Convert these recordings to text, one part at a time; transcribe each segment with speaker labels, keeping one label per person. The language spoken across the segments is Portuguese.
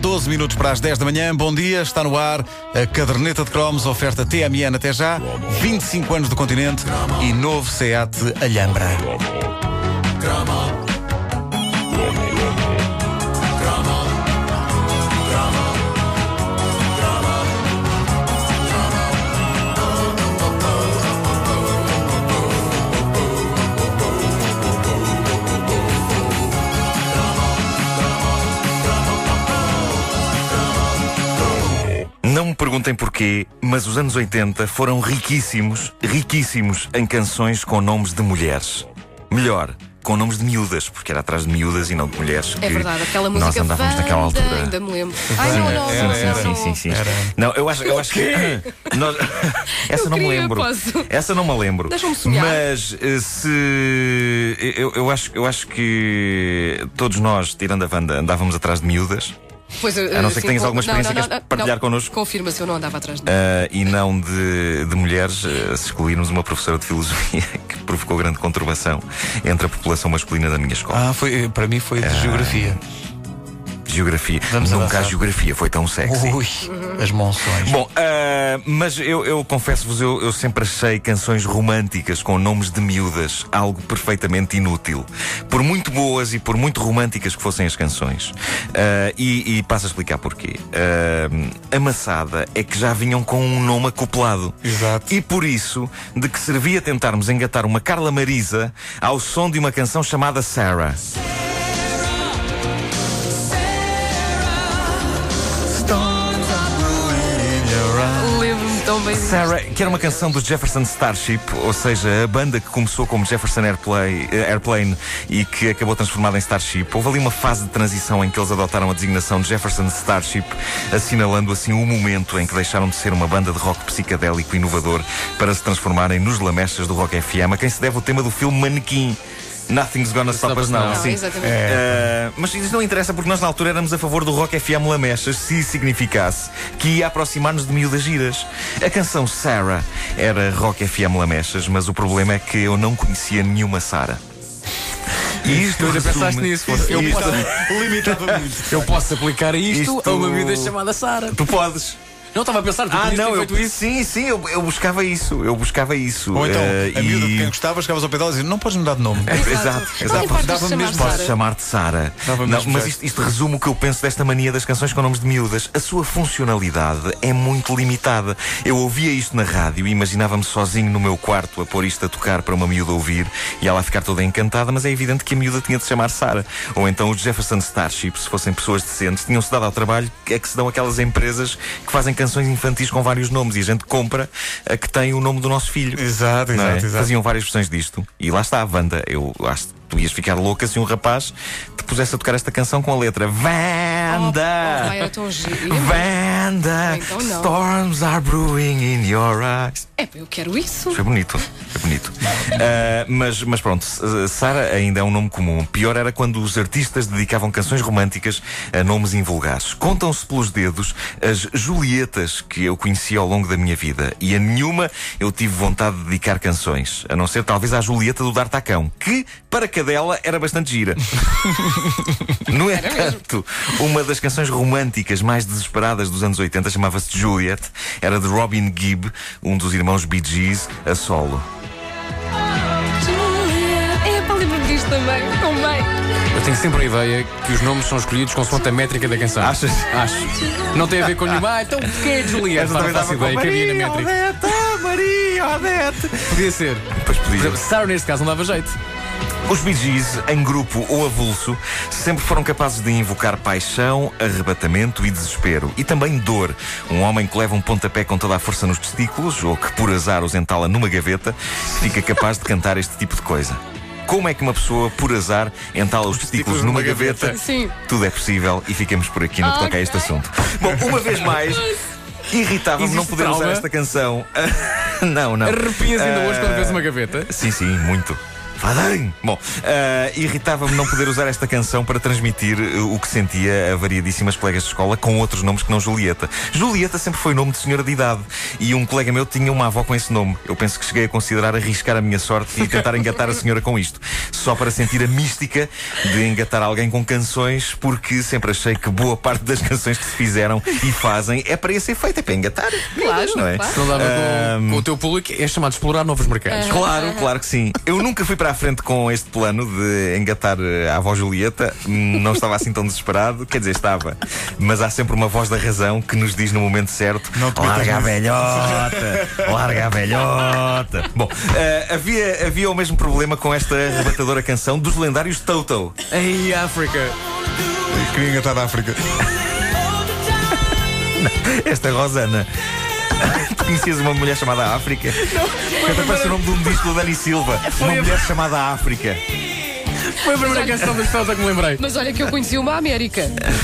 Speaker 1: 12 minutos para as 10 da manhã. Bom dia, está no ar a caderneta de cromos, oferta TMN até já, 25 anos do continente e novo SEAT Alhambra.
Speaker 2: Não me perguntem porquê, mas os anos 80 foram riquíssimos, riquíssimos em canções com nomes de mulheres. Melhor, com nomes de miúdas, porque era atrás de miúdas e não de mulheres.
Speaker 3: É
Speaker 2: que
Speaker 3: verdade, aquela
Speaker 2: nós
Speaker 3: música
Speaker 2: andávamos naquela
Speaker 3: Vanda,
Speaker 2: altura.
Speaker 3: Ainda me lembro. Ai, não, não,
Speaker 2: Sim,
Speaker 3: não,
Speaker 2: sim,
Speaker 3: não,
Speaker 2: sim,
Speaker 3: não.
Speaker 2: sim, sim. Não, eu acho, eu acho que. Nós- Essa
Speaker 3: Eu
Speaker 2: não me
Speaker 3: queria,
Speaker 2: lembro.
Speaker 3: posso?
Speaker 2: Essa não me lembro.
Speaker 3: Deixa-me sonhar.
Speaker 2: Mas eh, se. Eu, eu acho, eu acho que todos nós, tirando a Wanda, andávamos atrás de miúdas.
Speaker 3: Pois, eu-
Speaker 2: A não ser que
Speaker 3: sim,
Speaker 2: tenhas
Speaker 3: com-
Speaker 2: alguma experiência que queres partilhar connosco.
Speaker 3: Confirma se eu não andava atrás de mim.
Speaker 2: Ah, e não de, de mulheres, ah, se excluirmos uma professora de filosofia que provocou grande conturbação entre a população masculina da minha escola.
Speaker 4: Ah, foi, para mim foi de geografia.
Speaker 2: Geografia.
Speaker 4: Vamos
Speaker 2: Nunca
Speaker 4: avançar.
Speaker 2: a geografia foi tão sexy.
Speaker 4: Ui, as monções.
Speaker 2: Bom, ah, mas eu, eu confesso-vos, eu, eu sempre achei canções românticas com nomes de miúdas algo perfeitamente inútil. Por muito boas e por muito românticas que fossem as canções. Ah, e, e passo a explicar porquê. Ah, amassada é que já vinham com um nome acoplado.
Speaker 1: Exato.
Speaker 2: E por isso, de que servia tentarmos engatar uma Carla Marisa ao som de uma canção chamada Sarah.
Speaker 3: Lembro-me tão bem. disso.
Speaker 2: Sarah, que era uma canção do Jefferson Starship, ou seja, a banda que começou como Jefferson Airplay- eh, Airplane e que acabou transformada em Starship. Houve ali uma fase de transição em que eles adotaram a designação de Jefferson Starship, assinalando assim o momento em que deixaram de ser uma banda de rock psicadélico e inovador para se transformarem nos lamechas do Rock FM, a quem se deve o tema do filme Manequim. Nothing's Gonna Stop Us Now.
Speaker 3: Não,
Speaker 2: Sim.
Speaker 3: exatamente.
Speaker 2: Uh, mas isso não interessa porque nós na altura éramos a favor do Rock FM Lamechas se isso significasse que ia aproximar-nos de miúdas giras. A canção Sarah era Rock FM Lamechas, mas o problema é que eu não conhecia nenhuma Sarah. E isto
Speaker 4: Tu já pensaste nisso? Eu
Speaker 2: isto-
Speaker 4: posso,
Speaker 1: Limitava muito.
Speaker 4: eu posso aplicar isto,
Speaker 2: Isto-
Speaker 4: a uma vida chamada Sara.
Speaker 2: Tu podes.
Speaker 4: Não estava a pensar, tu
Speaker 2: Ah,
Speaker 4: podias ter
Speaker 2: não, eu,
Speaker 4: feito isso.
Speaker 2: sim, sim, eu, eu buscava isso. Eu buscava isso.
Speaker 1: Ou então,
Speaker 2: Uh,
Speaker 1: a miúda de
Speaker 2: e-
Speaker 1: quem gostava, chegavas ao pedal e dizia: Não podes mudar de nome.
Speaker 2: Exato,
Speaker 3: Alguém
Speaker 2: exato.
Speaker 3: pode
Speaker 1: É, dava-me
Speaker 3: chamar
Speaker 1: mesmo-
Speaker 2: Posso
Speaker 3: Sara?
Speaker 2: chamar-te Sara.
Speaker 1: Dava
Speaker 2: Não,
Speaker 1: mesmo
Speaker 2: mas
Speaker 1: jeito.
Speaker 2: isto, isto resume o que eu penso desta mania das canções com nomes de miúdas. A sua funcionalidade é muito limitada. Eu ouvia isto na rádio e imaginava-me sozinho no meu quarto a pôr isto a tocar para uma miúda ouvir e ela a ficar toda encantada, mas é evidente que a miúda tinha de se chamar Sara. Ou então os Jefferson Starship, se fossem pessoas decentes, tinham-se dado ao trabalho a que se dão aquelas empresas que fazem canções infantis com vários nomes e a gente compra a que tem o nome do nosso filho.
Speaker 1: Exato,
Speaker 2: Não é?
Speaker 1: exato, exato.
Speaker 2: Faziam várias versões disto. E lá está a Wanda. Eu acho que tu ias ficar louca se um rapaz te pusesse a tocar esta canção com a letra
Speaker 3: Oh, pá,
Speaker 2: Vanda!
Speaker 3: era tão giro.
Speaker 2: Vanda!
Speaker 3: Então não.
Speaker 2: Storms are brewing in your eyes.
Speaker 3: É, pá, eu quero isso.
Speaker 2: Foi bonito, foi bonito. Ah, mas, mas pronto, S- eh, Sara ainda é um nome comum. Pior era quando os artistas dedicavam canções românticas a nomes invulgares. Contam-se pelos dedos as Julietas que eu conheci ao longo da minha vida e a nenhuma eu tive vontade de dedicar canções, a não ser talvez à Julieta do D'Artacão, que para cadela era bastante gira. No entanto, uma das canções românticas mais desesperadas dos anos 80 chamava-se Juliet, era de Robin Gibb, um dos irmãos Bee Gees, a solo.
Speaker 3: Julia. É, pá, lembro-me disto também. Tão bem.
Speaker 4: Eu tenho sempre a ideia que os nomes são escolhidos consoante a métrica da canção.
Speaker 2: Achas?
Speaker 4: Acho. Não tem a ver com nenhuma. Ah, então quem é Julieta?
Speaker 2: Esta
Speaker 4: Não
Speaker 2: também
Speaker 4: faço
Speaker 2: dava com
Speaker 4: ideia que
Speaker 2: Maria
Speaker 4: havia na métrica.
Speaker 2: Odete, ah, Maria Odete.
Speaker 4: Podia ser.
Speaker 2: Pois
Speaker 4: Por
Speaker 2: podia.
Speaker 4: exemplo, Sarah neste caso não dava jeito.
Speaker 2: Os Bee Gees, em grupo ou avulso, sempre foram capazes de invocar paixão, arrebatamento e desespero. E também dor. Um homem que leva um pontapé com toda a força nos testículos, ou que por azar os entala numa gaveta, fica capaz de cantar este tipo de coisa. Como é que uma pessoa, por azar, entala os testículos numa gaveta?
Speaker 3: Sim.
Speaker 2: Tudo é possível e ficamos por aqui no que toca a este assunto. Bom, uma vez mais, irritava-me não
Speaker 4: Existe
Speaker 2: poder usar
Speaker 4: trauma?
Speaker 2: esta canção. não, não.
Speaker 4: Arrepias ainda
Speaker 2: Ah,
Speaker 4: hoje quando vês uma gaveta.
Speaker 2: Sim, sim, muito. Padrinho! Bom, ah, irritava-me não poder usar esta canção para transmitir eh, o que sentia a variedíssimas colegas de escola com outros nomes que não Julieta. Julieta sempre foi nome de senhora de idade e um colega meu tinha uma avó com esse nome. Eu penso que cheguei a considerar arriscar a minha sorte e tentar engatar a senhora com isto, só para sentir a mística de engatar alguém com canções, porque sempre achei que boa parte das canções que se fizeram e fazem é para esse efeito, é para engatar.
Speaker 3: Claro,
Speaker 2: não é?
Speaker 3: claro.
Speaker 4: Se não dava com,
Speaker 2: Ahm.
Speaker 4: com o teu público, é chamado de explorar novos mercados.
Speaker 2: Claro, claro que sim. Eu nunca fui para a frente com este plano de engatar eh, a avó Julieta. Hum, Não estava assim tão desesperado. Quer dizer, estava. Mas há sempre uma voz da razão que nos diz no momento certo:
Speaker 1: Não te metas
Speaker 2: larga a
Speaker 1: nisso."
Speaker 2: velhota, larga a velhota. Bom, eh, havia, havia o mesmo problema com esta arrebatadora canção dos lendários Toto.
Speaker 3: É.
Speaker 4: Ei, África!
Speaker 1: Queria engatar a África.
Speaker 2: Esta é Rosana. Tu conhecias uma mulher chamada África? Não. Até parece o nome de um disco da Dani Silva. Uma mulher chamada África.
Speaker 4: Foi a primeira canção da Estrada que me lembrei.
Speaker 3: Mas olha que eu conheci uma América.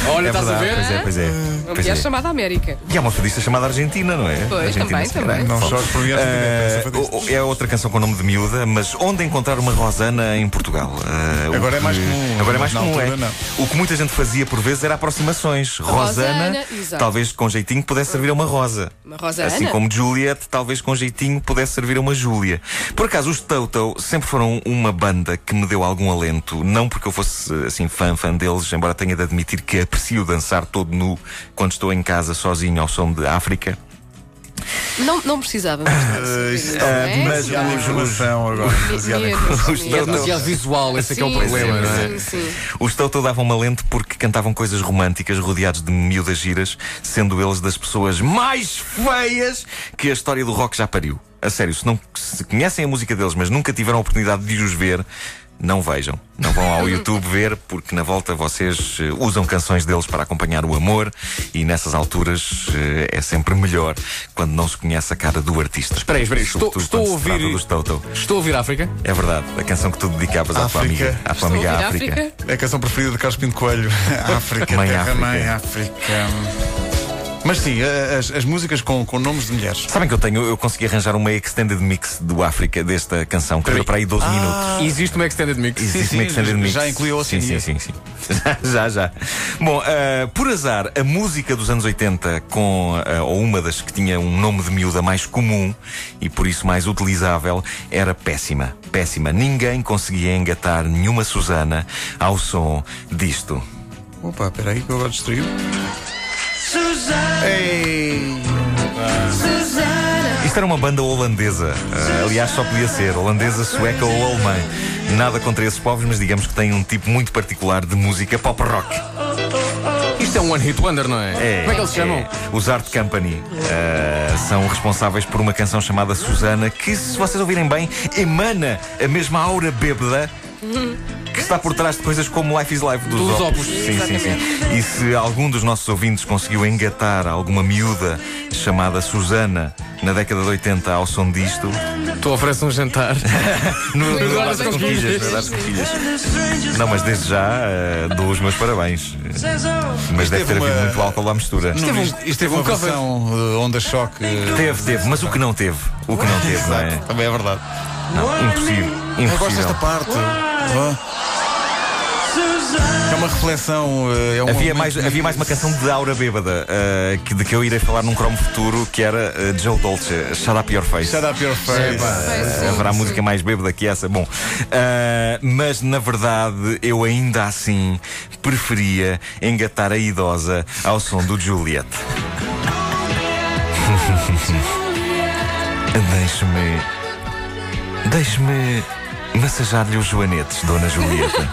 Speaker 4: Olha,
Speaker 2: é
Speaker 4: estás a
Speaker 2: verdade,
Speaker 4: ver? Hum.
Speaker 2: pois é, pois é.
Speaker 3: Uma
Speaker 2: Pois
Speaker 3: mulher
Speaker 2: é.
Speaker 3: chamada América.
Speaker 2: E há uma fadista chamada Argentina, não é?
Speaker 3: Pois,
Speaker 2: Argentina,
Speaker 3: também,
Speaker 2: se calhar.
Speaker 3: também.
Speaker 1: Não
Speaker 2: Bom,
Speaker 1: chores por mim, essa
Speaker 2: eh,
Speaker 1: foi triste.
Speaker 2: o- o- é outra canção com nome de miúda, mas onde encontrar uma Rosana em Portugal? Eh, o
Speaker 1: Agora é mais
Speaker 2: que-
Speaker 1: comum,
Speaker 2: Agora é mais
Speaker 1: na
Speaker 2: comum,
Speaker 1: altura
Speaker 2: é.
Speaker 1: não.
Speaker 2: O que muita gente fazia por vezes era aproximações. Rosana,
Speaker 3: Rosana, exato.
Speaker 2: talvez com jeitinho pudesse servir a uma rosa.
Speaker 3: Uma Rosana?
Speaker 2: Assim como Juliet, talvez com jeitinho pudesse servir a uma Júlia. Por acaso, os Toto sempre foram uma banda que me deu algum alento. Não porque eu fosse, assim, fã, fã deles, embora tenha de admitir que aprecio dançar todo nu quando estou em casa sozinho ao som de África.
Speaker 3: Não, não precisávamos.
Speaker 1: Ah, isso
Speaker 3: Não
Speaker 2: mas
Speaker 3: é? Não é?
Speaker 1: Demasiada informação agora. Demasiada informação.
Speaker 2: Os
Speaker 3: Menos,
Speaker 4: É
Speaker 3: menos.
Speaker 4: demasiado visual, esse é que é o
Speaker 3: Sim,
Speaker 4: problema,
Speaker 3: sim,
Speaker 4: não é?
Speaker 3: Sim, sim.
Speaker 2: Os Toto davam uma lente porque cantavam coisas românticas rodeados de miúdas giras, sendo eles das pessoas mais feias que a história do rock já pariu. A sério, se, não, se conhecem a música deles, mas nunca tiveram a oportunidade de os ver, não vejam. Não vão ao YouTube ver, porque na volta vocês eh, usam canções deles para acompanhar o amor e nessas alturas eh, é sempre melhor quando não se conhece a cara do artista.
Speaker 4: Espera aí, espera aí. Estou,
Speaker 2: Sobretudo
Speaker 4: estou a
Speaker 2: quando se trata
Speaker 4: ouvir.
Speaker 2: Dos Toto.
Speaker 4: Estou a ouvir África.
Speaker 2: É verdade, a canção que tu dedicavas à tua
Speaker 1: África.
Speaker 2: amiga, à tua
Speaker 3: Estou a ouvir
Speaker 2: amiga
Speaker 3: África.
Speaker 1: É a canção preferida de Carlos Pinto Coelho. África,
Speaker 2: Mãe
Speaker 1: terra,
Speaker 2: África.
Speaker 1: mãe, África. Mas sim, a- as, as músicas com, com nomes de mulheres.
Speaker 2: Sabem que eu tenho, eu consegui arranjar uma extended mix do África desta canção, que dura para aí 12 minutos.
Speaker 4: Existe uma extended mix.
Speaker 2: Ah. Existe
Speaker 1: Ah, sim,
Speaker 2: uma extended
Speaker 1: já-
Speaker 2: mix.
Speaker 1: já incluiu a
Speaker 2: Sim, sim,
Speaker 1: Oceania.
Speaker 2: sim, sim. já, já. Bom, ah, por azar, a música dos anos 80, com, ah, ou uma das que tinha um nome de miúda mais comum e por isso mais utilizável, era péssima. Péssima. Ninguém conseguia engatar nenhuma Susana ao som disto.
Speaker 1: Opa, peraí que eu agora destruí. Ei!
Speaker 2: Isto era uma banda holandesa. Ah, aliás, só podia ser holandesa, sueca ou alemã. Nada contra esses povos, mas digamos que tem um tipo muito particular de música pop rock.
Speaker 4: Isto é um one hit wonder, não é? Como é que eles se chamam?
Speaker 2: Os Art Company ah, são responsáveis por uma canção chamada Susana, que, se vocês ouvirem bem, emana a mesma aura bêbada. Que está por trás de coisas como Life is Life dos,
Speaker 4: Dos Opus.
Speaker 2: Sim, sim, sim. E se algum dos nossos ouvintes conseguiu engatar alguma miúda chamada Susana na década de 80 ao som disto,
Speaker 4: Tu oferece um jantar.
Speaker 2: no, no, no
Speaker 4: Eduardo
Speaker 2: Dar
Speaker 4: com
Speaker 2: com
Speaker 4: Quilhas.
Speaker 2: Quilhas, no Dar com Quilhas. Não, mas desde já eh, dou os meus parabéns. Mas deve
Speaker 1: teve
Speaker 2: ter havido
Speaker 1: uma-
Speaker 2: muito álcool à mistura. um-
Speaker 1: Não,
Speaker 4: um-
Speaker 1: Isto isto teve
Speaker 4: um
Speaker 1: uma
Speaker 4: cover.
Speaker 1: versão de onda choque.
Speaker 2: Teve, teve, mas o que não teve? O que não teve, não é?
Speaker 1: Também é verdade.
Speaker 2: Não, impossível.
Speaker 1: Eu gosto
Speaker 2: impossível.
Speaker 1: desta parte. É uma reflexão. eh, É um
Speaker 2: Havia
Speaker 1: momento
Speaker 2: mais,
Speaker 1: de-
Speaker 2: havia mais uma canção de Aura Bêbada eh, que, de que eu irei falar num cromo futuro que era eh, de Joe Dolce, Shut Up Your Face.
Speaker 1: Shut up your face.
Speaker 3: Sim,
Speaker 2: Eh, Haverá
Speaker 3: sim.
Speaker 2: música mais bêbada que essa. Bom, ah, mas na verdade eu ainda assim preferia engatar a idosa ao som do Juliet. Deixe-me. Deixe-me massajar-lhe os joanetes, Dona Julieta.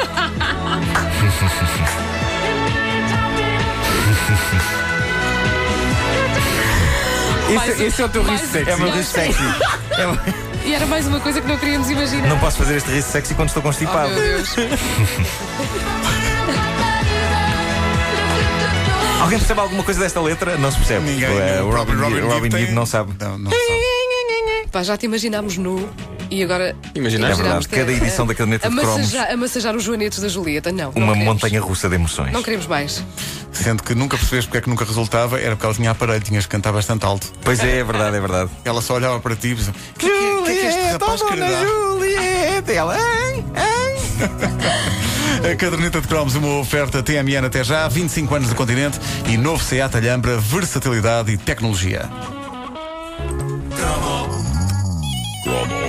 Speaker 4: Esse, esse é o teu
Speaker 3: Mais
Speaker 4: riso
Speaker 3: um-
Speaker 4: sexy.
Speaker 2: É uma
Speaker 3: Não,
Speaker 2: riso sexy. É uma-
Speaker 3: E era mais uma coisa que não queríamos imaginar.
Speaker 2: Não posso fazer este riso sexy quando estou
Speaker 3: Oh,
Speaker 2: constipado.
Speaker 3: meu Deus.
Speaker 2: Alguém percebe alguma coisa desta letra? Não se percebe.
Speaker 1: Ninguém.
Speaker 2: É, o Robin,
Speaker 1: Robin
Speaker 2: Robin,
Speaker 1: Gibb tem-
Speaker 2: Gibb não sabe.
Speaker 1: Não, não sabe.
Speaker 3: Pá, já te imaginámos nu e agora.
Speaker 2: É verdade,
Speaker 4: Imaginaste?
Speaker 3: imaginámos ter-
Speaker 2: cada edição da caderneta
Speaker 3: a
Speaker 2: de cromos
Speaker 3: massajar, a massajar os joanetes da Julieta. Não. não
Speaker 2: uma
Speaker 3: queremos.
Speaker 2: montanha russa de emoções.
Speaker 3: Não queremos mais.
Speaker 1: Sendo que nunca percebeste porque é que nunca resultava, era porque ela tinha aparelho, tinhas de cantar bastante alto.
Speaker 2: Pois é, é verdade, é verdade.
Speaker 1: Ela só olhava para ti e dizia: O que, é que- o que é que este rapaz quer dar?
Speaker 2: Julieta! bicicleta. E ela. "Ai, ai."
Speaker 1: A caderneta de cromos, uma oferta TMN até já, 25 anos do continente e novo Seat Alhambra, versatilidade e tecnologia.
Speaker 5: Rommel.